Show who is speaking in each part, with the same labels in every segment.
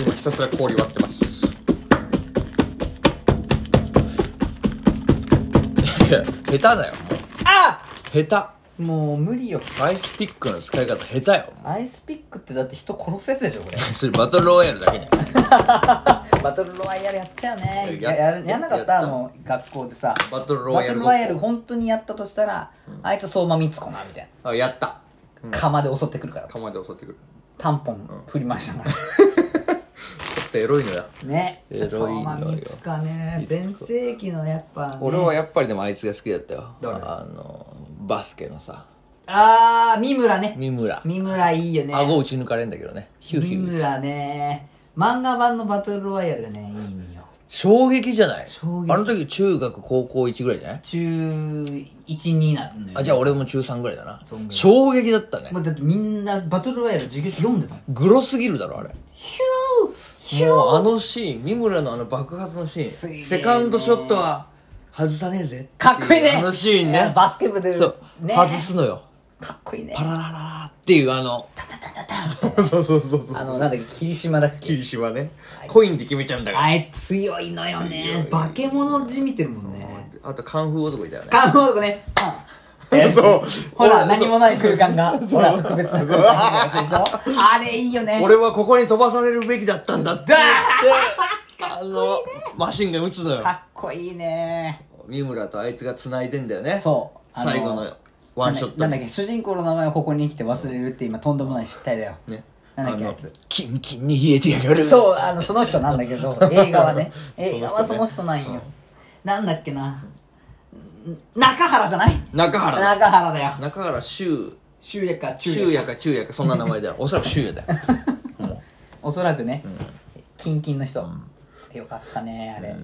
Speaker 1: 今ひたすら氷割ってます
Speaker 2: いや下手だよもう
Speaker 3: あ
Speaker 2: 下
Speaker 3: もう無理よ
Speaker 2: 手アイスピックの使い方下手よも
Speaker 3: アイスピックってだって人殺すやつでしょこ れ
Speaker 2: うそれバトルロワイヤルだけね
Speaker 3: バトルロワイヤルやったよね
Speaker 2: や
Speaker 3: ややるやんなかっ
Speaker 2: や
Speaker 3: た
Speaker 2: った
Speaker 3: もう学校でさ
Speaker 2: バトルロワイヤル
Speaker 3: バトルロワイヤル本当にやったとしたら、あいつ相馬光子なみたい
Speaker 2: あやった
Speaker 3: な、釜で襲ってくるから
Speaker 2: 構えて襲ってくる
Speaker 3: タンポン振りましたか ら、
Speaker 2: ちょっとエロいのだ
Speaker 3: ね
Speaker 2: エロいのよ
Speaker 3: 相馬光子ね全盛期のやっぱ、ね、
Speaker 2: 俺はやっぱりでもあいつが好きだったよ
Speaker 1: 誰
Speaker 2: あのバスケのさ
Speaker 3: あー三村ね
Speaker 2: 三村
Speaker 3: 三村いいよね
Speaker 2: 顎打ち抜かれんだけどねヒューヒ
Speaker 3: 三
Speaker 2: ュー
Speaker 3: 村ね漫画版のバトルロワイヤルがねいいのよ
Speaker 2: 衝撃じゃない
Speaker 3: 衝撃
Speaker 2: あの時中学高校1ぐらいじゃない
Speaker 3: 中1になるのよ
Speaker 2: あじゃあ俺も中3ぐらいだな
Speaker 3: そんぐらい
Speaker 2: 衝撃だったね
Speaker 3: まあ、だってみんなバトルロワイヤル授業中読んでたもん
Speaker 2: グロすぎるだろあれ
Speaker 3: ヒュー
Speaker 2: もうあのシーン三村のあの爆発のシ
Speaker 3: すげ
Speaker 2: ー
Speaker 3: え
Speaker 2: ン
Speaker 3: ね
Speaker 2: セカンドショットは外さねえぜ
Speaker 3: かっこいいね
Speaker 2: あのシーン
Speaker 3: いや
Speaker 2: ね
Speaker 3: バスケ部で
Speaker 2: そう
Speaker 3: ね
Speaker 2: 外すのよ
Speaker 3: かっこいいね
Speaker 2: パララララっていうあの
Speaker 3: タタタタタ ン
Speaker 2: そうそうそうそう
Speaker 3: あのなんだっけ霧島だっけ
Speaker 2: 霧島ねコインで決めちゃうんだから
Speaker 3: あいつ強いのよね化け物じみてるもんね
Speaker 2: あとカンフー男いたよね
Speaker 3: カンフーとかねパンえ
Speaker 2: そう
Speaker 3: ほら何もない空間がほら特別な空間があるやつでしょあれいいよね
Speaker 2: 俺はここに飛ばされるべきだったんだって言ってあのマシンが撃つのよ
Speaker 3: かっこいいね
Speaker 2: 三村とあいつが繋いでんだよね
Speaker 3: そうあの
Speaker 2: 最後のワンショット
Speaker 3: なんだっけ主人公の名前をここに来て忘れるって今とんでもない失態だよ
Speaker 2: ね
Speaker 3: なんだっけ
Speaker 2: あ
Speaker 3: や
Speaker 2: の
Speaker 3: つ
Speaker 2: キンキンに冷えてやがる
Speaker 3: そうあのその人なんだけ ど映画はね映画は
Speaker 2: そ
Speaker 3: そ
Speaker 2: の
Speaker 3: の人なんよ、なんだっけな、ん中原じゃない
Speaker 2: 中原だ
Speaker 3: 中原だよ
Speaker 2: 中原修
Speaker 3: 修也か中
Speaker 2: 修
Speaker 3: 也
Speaker 2: 也か中也かそんな名前だ よおそらく修也だよ
Speaker 3: おそらくね、キンキンの人、よかったねあれ、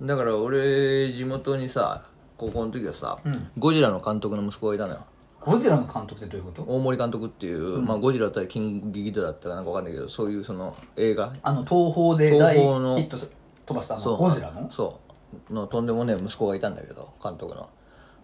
Speaker 2: だから俺地元にさ高校の時はさ、ゴジラの監督の息子がいたのよ
Speaker 3: ゴジラの監督ってどういうこと
Speaker 2: 大森監督っていう、まあ、ゴジラ対キングギドラだったかなんかわかんないけどそういうその映画
Speaker 3: あの東宝で
Speaker 2: 東
Speaker 3: 大ヒ
Speaker 2: 宝の
Speaker 3: ットす飛ばしたあ
Speaker 2: そ
Speaker 3: の
Speaker 2: う
Speaker 3: ゴジラの
Speaker 2: そうのとんでもねえ息子がいたんだけど監督の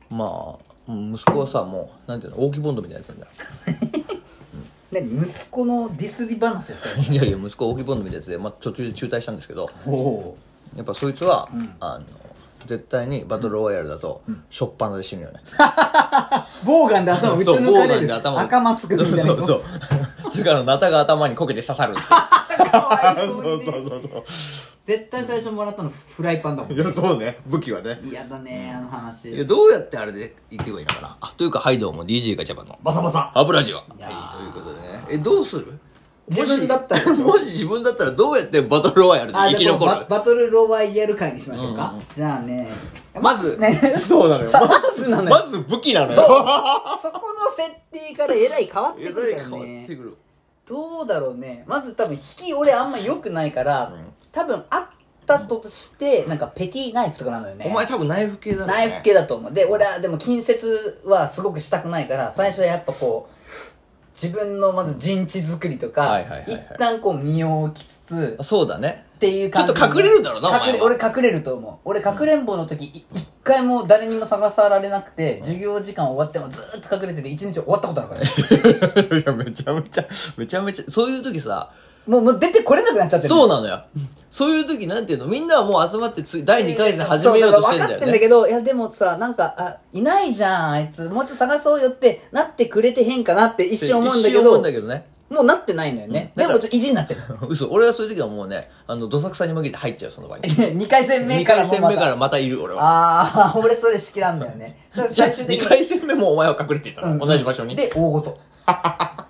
Speaker 2: まあうん息子はさもうなんていうの大木ボンドみたいなやつなんだよ
Speaker 3: 何息子のディスり話ですか
Speaker 2: いやいや息子大木ボンドみたいなやつで、まあ、途中で中退したんですけど
Speaker 3: おお
Speaker 2: やっぱそいつは、あの絶対にバトルロワイヤルだと、しょっぱなで死ぬよね
Speaker 3: ボウガンで頭打ち
Speaker 2: そう、
Speaker 3: 抜
Speaker 2: ボ
Speaker 3: か
Speaker 2: ーガ
Speaker 3: れ
Speaker 2: ン
Speaker 3: る
Speaker 2: で頭を
Speaker 3: 赤松くんみたいな
Speaker 2: そうそうそう。それから、ナタが頭にこけて刺さる。
Speaker 3: かわいそうにね
Speaker 2: そうそう
Speaker 3: 絶対最初もらったのフライパンだもん
Speaker 2: いや、 そうね。武器はね。
Speaker 3: 嫌だねあの
Speaker 2: い
Speaker 3: 話
Speaker 2: や、どうやってあれで行けばいいのかな。あ、というか、ハイドウも DJ ガチャバの。
Speaker 3: バサバサ
Speaker 2: 油味は。
Speaker 3: やー
Speaker 2: はい、ということでね。え、どうする
Speaker 3: 自分だったらで
Speaker 2: も
Speaker 3: し
Speaker 2: し
Speaker 3: ょ
Speaker 2: もし自分だったらどうやってバトルロワイヤルで
Speaker 3: あ
Speaker 2: 生き
Speaker 3: じゃあ
Speaker 2: 残
Speaker 3: バ
Speaker 2: る
Speaker 3: バトルロワイヤル会にしましょうか、じゃあね
Speaker 2: まず、
Speaker 3: ね
Speaker 2: そうなのよ。
Speaker 3: さまずなのよ
Speaker 2: まず武器なのよ。
Speaker 3: そこの設定からえらい変わっ
Speaker 2: え
Speaker 3: てく
Speaker 2: ら
Speaker 3: る
Speaker 2: い
Speaker 3: から
Speaker 2: 変わって
Speaker 3: ね
Speaker 2: くる。
Speaker 3: どうだろうねまず多分引き俺あんま良くないから、多分あったとして、なんかペティナイフとかなんだよね
Speaker 2: お前多分ナイフ系だろうね。
Speaker 3: ナイフ系だと思うで俺はでも近接はすごくしたくないから最初はやっぱこう自分のまず陣地作りとか、
Speaker 2: はいはいはいはい
Speaker 3: 一旦こう身を置きつつ
Speaker 2: そうだね。
Speaker 3: っていう感じ
Speaker 2: ちょっと隠れるんだろうなお前は
Speaker 3: 隠れ俺隠れると思う俺かくれんぼの時い一回も誰にも探さられなくて授業時間終わってもずーっと隠れてて一日終わったことあるからね
Speaker 2: いや、めちゃめちゃ、めちゃめちゃ、そういう時さ、
Speaker 3: もうもう出てこれなくなっちゃってる
Speaker 2: そうなのよ。そういう時なんていうのみんなはもう集まってつ第2回戦始めようとしてんだよ
Speaker 3: そうだから分かってんだ
Speaker 2: ね。
Speaker 3: けどいやでもさなんかあいないじゃんあいつもうちょっと探そうよってなってくれてへんかなって一瞬思うんだけ
Speaker 2: 一瞬思う
Speaker 3: ど
Speaker 2: んだけどね。
Speaker 3: もうなってないのよね、
Speaker 2: うんだ
Speaker 3: で
Speaker 2: から
Speaker 3: もちょっと意地になってる
Speaker 2: 嘘。俺はそういう時はもうね、あの、どさくさに紛れて入っちゃう、その場に。
Speaker 3: 2回戦目
Speaker 2: 2
Speaker 3: から
Speaker 2: 回
Speaker 3: もまた
Speaker 2: 戦目からまたいる、俺は。
Speaker 3: ああ俺それ仕切らんだよね それ
Speaker 2: じゃあ、
Speaker 3: 最終的
Speaker 2: 2
Speaker 3: に
Speaker 2: 回戦目もお前は隠れていたの。同じ場所に。、
Speaker 3: で大ごと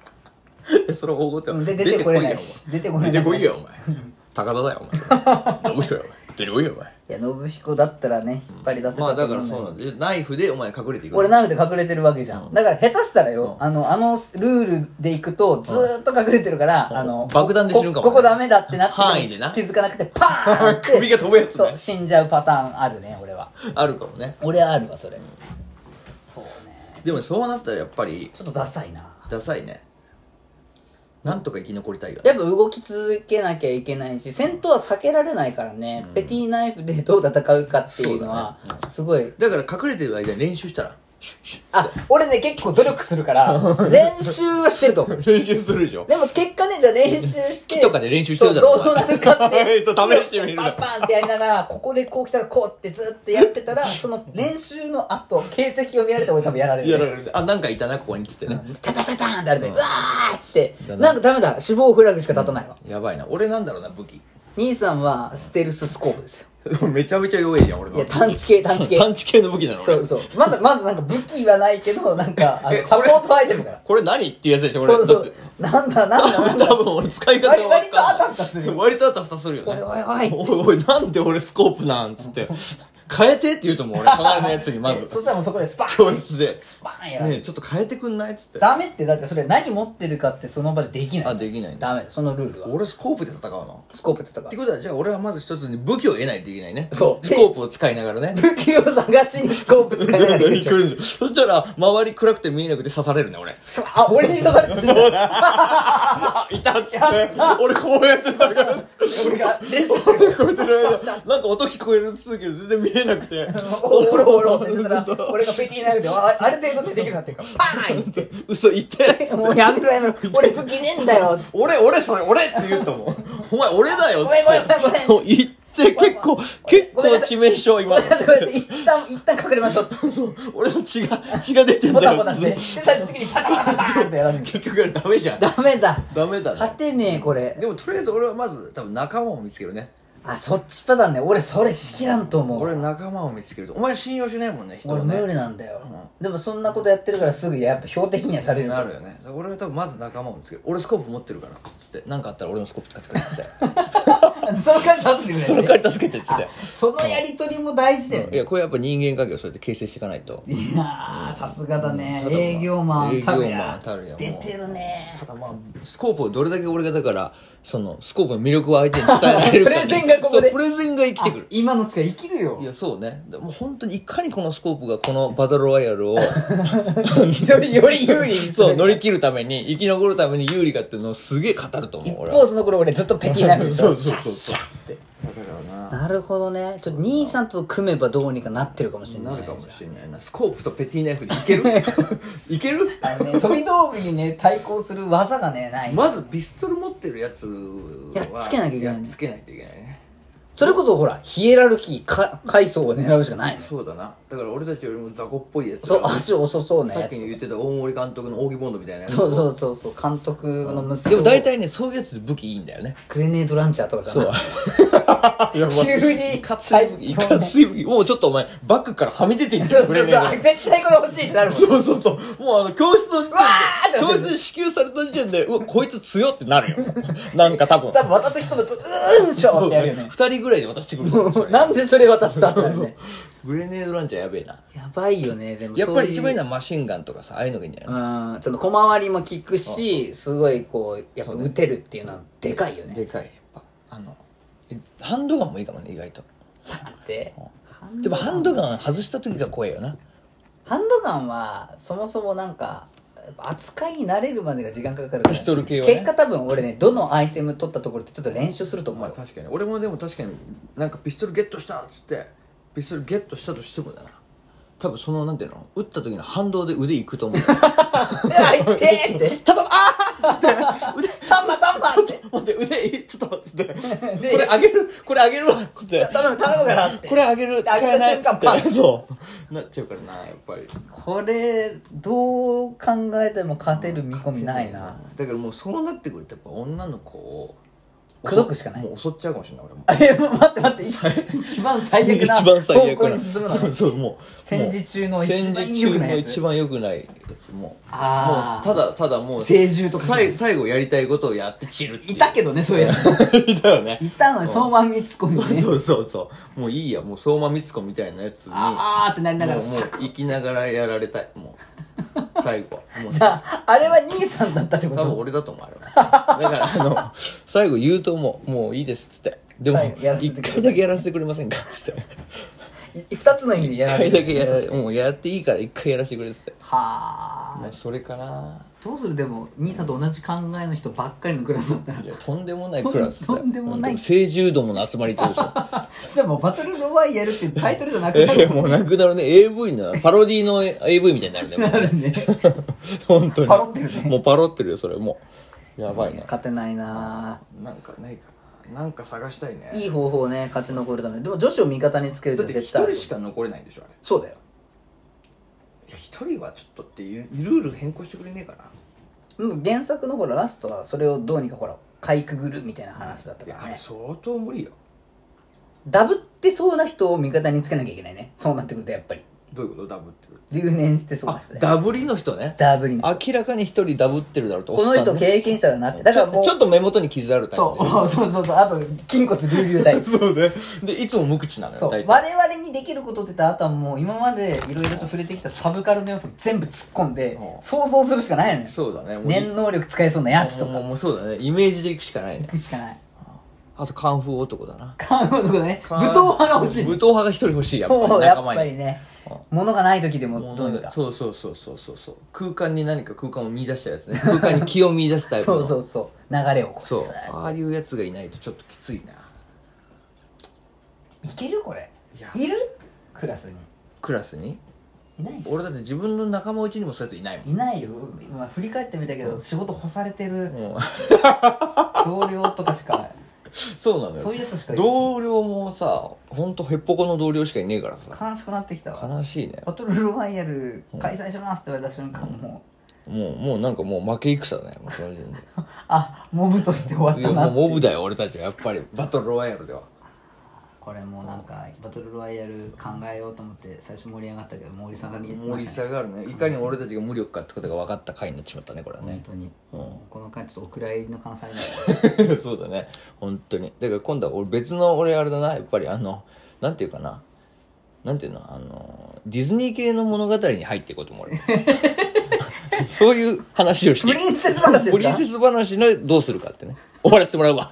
Speaker 2: それ大ごと
Speaker 3: うんで出てこれないし
Speaker 2: 出
Speaker 3: 出
Speaker 2: て
Speaker 3: て
Speaker 2: こ
Speaker 3: こ
Speaker 2: いよ
Speaker 3: れな
Speaker 2: 出
Speaker 3: い
Speaker 2: てこいよ、お前。高田だよ、お 前。どうよ、お前。出てこいよ、お前。
Speaker 3: いや信彦だったらね引っ張り出せた
Speaker 2: まあ、
Speaker 3: と
Speaker 2: だ
Speaker 3: 思
Speaker 2: か
Speaker 3: う
Speaker 2: ら
Speaker 3: んだ
Speaker 2: そう
Speaker 3: よ
Speaker 2: なんだ。ナイフでお前隠れていく。
Speaker 3: 俺ナイフで隠れてるわけじゃん、だから下手したらよ、あのあのルールでいくとずーっと隠れてるから、あの
Speaker 2: 爆弾で死ぬかもね
Speaker 3: こここダメだってなって
Speaker 2: 範囲でな
Speaker 3: 気づかなくてパーンって
Speaker 2: 首が飛ぶやつね
Speaker 3: そう死んじゃうパターンあるね俺は
Speaker 2: あるかもね。
Speaker 3: 俺はあるわそれ、そうね
Speaker 2: でもそうなったらやっぱり、
Speaker 3: ちょっとダサいな
Speaker 2: ダサいね。なんとか生き残りたいよね。
Speaker 3: やっぱ動き続けなきゃいけないし戦闘は避けられないからね、ペティナイフでどう戦うかっていうのはすごい
Speaker 2: だから隠れてる間に練習したらシュッシュ
Speaker 3: あ、俺ね、結構努力するから、 練習はしてると思う。
Speaker 2: ッ練習するでしょ
Speaker 3: でも結果ね、じゃあ練習して。
Speaker 2: 木とかで練習してるだろ
Speaker 3: そうどうなるかって。
Speaker 2: えっと 試してみる
Speaker 3: パンパンってやりながら、ここでこう来たらこうってずっとやってたら、その練習の後、形跡を見られて俺多分やられる。
Speaker 2: やられるあなんかいたなここにっつってね
Speaker 3: タタタタンってあれで、うわーって。なんかダメだ、脂肪フラグしか立たないわ。
Speaker 2: やばいな俺なんだろうな武器
Speaker 3: 兄さんはステルススコープですよ。
Speaker 2: めちゃめちゃ弱いじゃん俺の
Speaker 3: いや、探知系、探知系。
Speaker 2: 探知系の武器なの
Speaker 3: そ
Speaker 2: 俺
Speaker 3: うそう。まだ、まずなんか武器はないけど、なんか、あの
Speaker 2: え
Speaker 3: サポートアイテムだから。
Speaker 2: これ何っていうやつでしょ俺
Speaker 3: そうそ
Speaker 2: だ
Speaker 3: う
Speaker 2: って。
Speaker 3: なんだ、なんだ、なん だ。
Speaker 2: 多分俺使い方が分かんない
Speaker 3: 割割とあたふたするよ
Speaker 2: 割とあたふたするよね
Speaker 3: おいおいお
Speaker 2: おいおいなんで俺スコープなんつって変えてって言うと思う俺隣のやつにま
Speaker 3: え
Speaker 2: ず
Speaker 3: そしたらもうそこでスパーン
Speaker 2: 教室で
Speaker 3: スパーンやられ
Speaker 2: ね
Speaker 3: る
Speaker 2: えちょっと変えてくんないっつって
Speaker 3: ダメってだってそれ何持ってるかってその場でできない
Speaker 2: あできないんだ
Speaker 3: ダメそのルールは
Speaker 2: 俺スコープで戦うの
Speaker 3: スコープってと
Speaker 2: っ
Speaker 3: か
Speaker 2: てことはじゃあ俺はまず一つに武器を得ないといけないね
Speaker 3: そう
Speaker 2: スコープを使いながらね
Speaker 3: 武器を探しにスコープ使いながら行く でし
Speaker 2: そ
Speaker 3: ょ
Speaker 2: したら周り暗くて見えなくて刺されるね俺
Speaker 3: スあ俺に刺されて死んだ
Speaker 2: あいたっつって俺こうやってさ
Speaker 3: 俺がレッスンしてる
Speaker 2: こうやってねなんか音聞こえるっつうけど全然見えなくて
Speaker 3: おろおろって 言ったら俺がペティナイフであある程度でできるなっていうからパーンっ
Speaker 2: 嘘言って
Speaker 3: てもうやめろやめ ろ俺武器ねえんだよつって
Speaker 2: 俺俺それ俺って言うと思うお前俺だよ
Speaker 3: ごめんごめんごめんごめん
Speaker 2: って言って結構結構
Speaker 3: ごめんなさい
Speaker 2: 致命傷今の
Speaker 3: そうやって一旦一旦隠れましょうつって
Speaker 2: そう 俺の血が血が出てん
Speaker 3: ポ
Speaker 2: だ
Speaker 3: タ
Speaker 2: よ
Speaker 3: ポタしてで最終的にパタパタパタンってやらなきゃ
Speaker 2: 結局あれダメじゃん
Speaker 3: ダメだ
Speaker 2: ダメだね
Speaker 3: 勝てねえこれ
Speaker 2: でもとりあえず俺はまず多分仲間を見つけるね
Speaker 3: あそっちパターンね俺それしきらんと思う
Speaker 2: 俺仲間を見つけるとお前信用しないもんね人
Speaker 3: 俺
Speaker 2: を
Speaker 3: 無
Speaker 2: ね
Speaker 3: 理なんだよ、でもそんなことやってるからすぐやっぱ標的にはされる
Speaker 2: なるよねだから俺は多分まず仲間を見つける俺スコープ持ってるからつって何かあったら俺のスコープ使ってくれっつって
Speaker 3: その代わり助けてく れ
Speaker 2: その代わり助けてっつって
Speaker 3: そのやりとりも大事だ よ
Speaker 2: いやこれやっぱ人間関係をそうやって形成していかないと
Speaker 3: いやーさすがだね、
Speaker 2: ただまあ
Speaker 3: 営業マン
Speaker 2: 営業マ
Speaker 3: た
Speaker 2: ン
Speaker 3: るや
Speaker 2: たるやもう
Speaker 3: 出てるね
Speaker 2: ただまあスコープをどれだけ俺がだからそのスコープの魅力を相手に伝えられるか
Speaker 3: プレゼンがここ
Speaker 2: そ
Speaker 3: で
Speaker 2: うプレゼンが生きてくる
Speaker 3: あ今の力生きるよ
Speaker 2: いやそうねでもう本当にいかにこのスコープがこのバトルロワイヤルを
Speaker 3: よりより有利に
Speaker 2: そう乗り切るために生き残るために有利かっていうのをすげえ語ると思
Speaker 3: 一
Speaker 2: う俺
Speaker 3: 方
Speaker 2: は
Speaker 3: その頃俺ずっと北京ナイフ で
Speaker 2: そうそうそうそう
Speaker 3: シャッシャッって
Speaker 2: だからな
Speaker 3: なるほどねちょっと兄さんと組めばどうにかなってるかもしれない
Speaker 2: なるかもしれないなスコープとペティナイフでいけ るいける
Speaker 3: あのね飛び道具にね対抗する技がねない
Speaker 2: まずピストル持ってるやつは
Speaker 3: やっつけなきゃいけない
Speaker 2: やっつけないといけないね
Speaker 3: それこそほらヒエラルキーか階層を狙うしかないの
Speaker 2: そうだなだから俺たちよりも雑魚っぽいやつ
Speaker 3: そう
Speaker 2: が
Speaker 3: 足遅そうな
Speaker 2: さ
Speaker 3: や
Speaker 2: っき
Speaker 3: つ
Speaker 2: 言ってた大森監督の奥義ボンドみたいなやつ
Speaker 3: そうそうそうそう監督の息子
Speaker 2: でも大体ねそういうやつ武器いいんだよ ね
Speaker 3: グレネードランチャーとかかな
Speaker 2: 急
Speaker 3: 急に
Speaker 2: いかつい武器いかつい武器もうちょっとお前バッグからはみ出てんじゃ
Speaker 3: そ
Speaker 2: ん
Speaker 3: う
Speaker 2: ブ
Speaker 3: そ
Speaker 2: レ
Speaker 3: う
Speaker 2: ネ
Speaker 3: そう
Speaker 2: ー
Speaker 3: 絶対これ欲しいってなるもん
Speaker 2: そうそうそうもうあの教室の時
Speaker 3: わーって
Speaker 2: 点で教
Speaker 3: なってる
Speaker 2: 室に支給された時点でうわこいつ強ってなるよなんか多分
Speaker 3: 多分渡す人もずうーんしょってやるよ
Speaker 2: そうね
Speaker 3: ね
Speaker 2: 二人ぐらいで渡してくると思うそれ
Speaker 3: なんでそれ渡したんだよね
Speaker 2: グレネードランチャーやべえな
Speaker 3: やばいよねでも
Speaker 2: やっぱり一番いい
Speaker 3: な
Speaker 2: のはマシンガンとかさああいうのがいいんじゃない
Speaker 3: うんその小回りも効くしすごいこうやっぱ打てるっていうのはでかいよね
Speaker 2: でかいやっぱあのえハンドガンもいいかもね意外と
Speaker 3: だって
Speaker 2: でもハンドガン外した時が怖いよな
Speaker 3: ハンドガンはそもそもなんかやっぱ扱いに慣れるまでが時間かかるから
Speaker 2: ピストル系はね
Speaker 3: 結果多分俺ねどのアイテム取ったところってちょっと練習すると思うよ
Speaker 2: 確かに俺もでも確かになんかピストルゲットしたっつってピストルゲットしたとしてもだな多分そのなんていうの撃った時の反動で腕いくと思う
Speaker 3: あいてーって
Speaker 2: ただあーっつって
Speaker 3: たんまたんまって
Speaker 2: 待って腕ちょっと待 ってつって
Speaker 3: で
Speaker 2: これあげるこれあげるわっつって
Speaker 3: 頼む頼むからって
Speaker 2: これあげる使えないっつ
Speaker 3: あげた瞬
Speaker 2: っ
Speaker 3: 間パ
Speaker 2: てそうなっちゃうからなやっぱり
Speaker 3: これどう考えても勝てる見込みないな
Speaker 2: だからもうそうなってくるとやっぱ女の子を
Speaker 3: 口説くしかない
Speaker 2: もう襲っちゃうかもしれない俺も
Speaker 3: えもう 待って待って一番最悪な
Speaker 2: 一番最悪な
Speaker 3: 方向に進むの
Speaker 2: そうそうもう
Speaker 3: 戦時中の一番
Speaker 2: 戦時中
Speaker 3: 良くない
Speaker 2: の
Speaker 3: やつ
Speaker 2: 一番良くないやつもう
Speaker 3: あー
Speaker 2: もうただただもう
Speaker 3: 成獣とか
Speaker 2: さい最後やりたいことをやって散るっていう
Speaker 3: いたけどねそういうやつ
Speaker 2: いたよね
Speaker 3: いたのに相馬光子に
Speaker 2: そう
Speaker 3: ね
Speaker 2: そうそうそうもういいやもう相馬光子みたいなやつにも
Speaker 3: あーってなり
Speaker 2: う
Speaker 3: なが
Speaker 2: も
Speaker 3: ら
Speaker 2: う
Speaker 3: サクッ
Speaker 2: 生きながらやられたいも う最後はもう
Speaker 3: じゃああれは兄さんだったってこ
Speaker 2: 多分
Speaker 3: と
Speaker 2: 俺だと思うあれ はだからあの最後言うともうもういいですっつってでも
Speaker 3: 最後やらせてく
Speaker 2: 一
Speaker 3: ださ
Speaker 2: 回
Speaker 3: い
Speaker 2: だけやらせてくれませんかっつって
Speaker 3: い二つの意味でや
Speaker 2: 一
Speaker 3: られ
Speaker 2: 回
Speaker 3: て
Speaker 2: だ
Speaker 3: る
Speaker 2: けやらもうやっていいから一回やらせてくれっつって
Speaker 3: はあ
Speaker 2: もうそれかな
Speaker 3: どうするでも兄さんと同じ考えの人ばっかりのクラスだったら
Speaker 2: いやとんでもないクラスだよ
Speaker 3: とんでもない
Speaker 2: 本当成獣どもの集まりってことでしょ
Speaker 3: そしたらもうバトルロワイヤルっていうタイトルじゃなく
Speaker 2: え
Speaker 3: なる
Speaker 2: ー、もうなくなるね AV のパロディの AV みたいになるねもう
Speaker 3: な るね
Speaker 2: 本当に
Speaker 3: パロってるね
Speaker 2: もうパロってるよそれもうやばいな
Speaker 3: 勝てないな
Speaker 2: なんかないかななんか探したいね
Speaker 3: ぁいい方法ね勝ち残るためにでも女子を味方につけるっ
Speaker 2: だ
Speaker 3: て
Speaker 2: って一
Speaker 3: 絶対あ
Speaker 2: 人
Speaker 3: る
Speaker 2: しか残れないんでしょあれ
Speaker 3: そうだよ
Speaker 2: いや一人はちょっとっていうルール変更してくれねえかな
Speaker 3: うん原作のほらラストはそれをどうにかほらかいくぐるみたいな話だった
Speaker 2: い
Speaker 3: か
Speaker 2: や
Speaker 3: ら
Speaker 2: あれ
Speaker 3: ね
Speaker 2: 相当無理よ
Speaker 3: ダブってそうな人を味方につけなきゃいけないねそうなってくるとやっぱり
Speaker 2: どういうことダブってる
Speaker 3: 留年してそうな人ね
Speaker 2: ダブりの人ね
Speaker 3: ダブりの
Speaker 2: 明
Speaker 3: 人
Speaker 2: らかに一人ダブってるだろうと
Speaker 3: この人経験者だなってだからもう
Speaker 2: ちょっと目元に傷あるタイプ
Speaker 3: そうそうそうそうあと筋骨隆々タイプ
Speaker 2: そう ねでいつも無口なのよ
Speaker 3: そう
Speaker 2: 大体
Speaker 3: 我々にできることって言ったらあとはもう今までいろいろと触れてきたサブカルの要素全部突っ込んで
Speaker 2: うん
Speaker 3: 想像するしかないよね
Speaker 2: そうだねもう
Speaker 3: 念能力使えそうなやつと
Speaker 2: もう
Speaker 3: か
Speaker 2: もうそうだねイメージでいくしかないね
Speaker 3: いくしかない
Speaker 2: あとカンフー男だな
Speaker 3: カーとかね武闘派が欲しい
Speaker 2: 武闘派が一人欲しいやっぱ
Speaker 3: も
Speaker 2: り
Speaker 3: うや
Speaker 2: 仲
Speaker 3: っ
Speaker 2: 間
Speaker 3: ぱり
Speaker 2: に
Speaker 3: ね物がない時でもどういうか
Speaker 2: そうそうそうそうそうそう空間に何か空間を見出したやつね空間に気を見出すタイプ
Speaker 3: そ
Speaker 2: の
Speaker 3: うそうそう流れをこ
Speaker 2: そう
Speaker 3: す
Speaker 2: ああいうやつがいないとちょっときついない
Speaker 3: けるこれ
Speaker 2: いや
Speaker 3: いるクラスに
Speaker 2: クラスに
Speaker 3: いないし
Speaker 2: 俺だって自分の仲間内にもそういうやついない もん
Speaker 3: いないよ今振り返ってみたけど仕事干されてる
Speaker 2: もう
Speaker 3: 同僚とかしか
Speaker 2: そうなのよ
Speaker 3: そういうやつしかいない
Speaker 2: 同僚もさほんとへっぽこの同僚しかいねえからさ
Speaker 3: 悲しくなってきたわ
Speaker 2: 悲しいね
Speaker 3: バトルロワイヤル開催しますって言われた瞬間も
Speaker 2: もうもうなんかもう負け戦だねもうそれで
Speaker 3: う あモブとして終わっ
Speaker 2: い
Speaker 3: た
Speaker 2: やも
Speaker 3: なっ
Speaker 2: う
Speaker 3: て
Speaker 2: モブだよ俺たちはやっぱりバトルロワイヤルでは
Speaker 3: これもうなんかバトルロワイヤル考えようと思って最初盛り上がったけど盛り下がりま
Speaker 2: 盛り
Speaker 3: したね
Speaker 2: 下がるねいかに俺たちが無力かってことが分かった回になっちまったねこれはね
Speaker 3: 本当にこの回ちょっとお蔵入りの可能性ありま す
Speaker 2: そうだね本当にだから今度は俺別の俺あれだなやっぱりあのなんていうかななんていうのあのディズニー系の物語に入っていこうと思う俺そういう話をして
Speaker 3: プリンセス話ですか
Speaker 2: プリンセス話のどうするかってね終わらせてもらうわ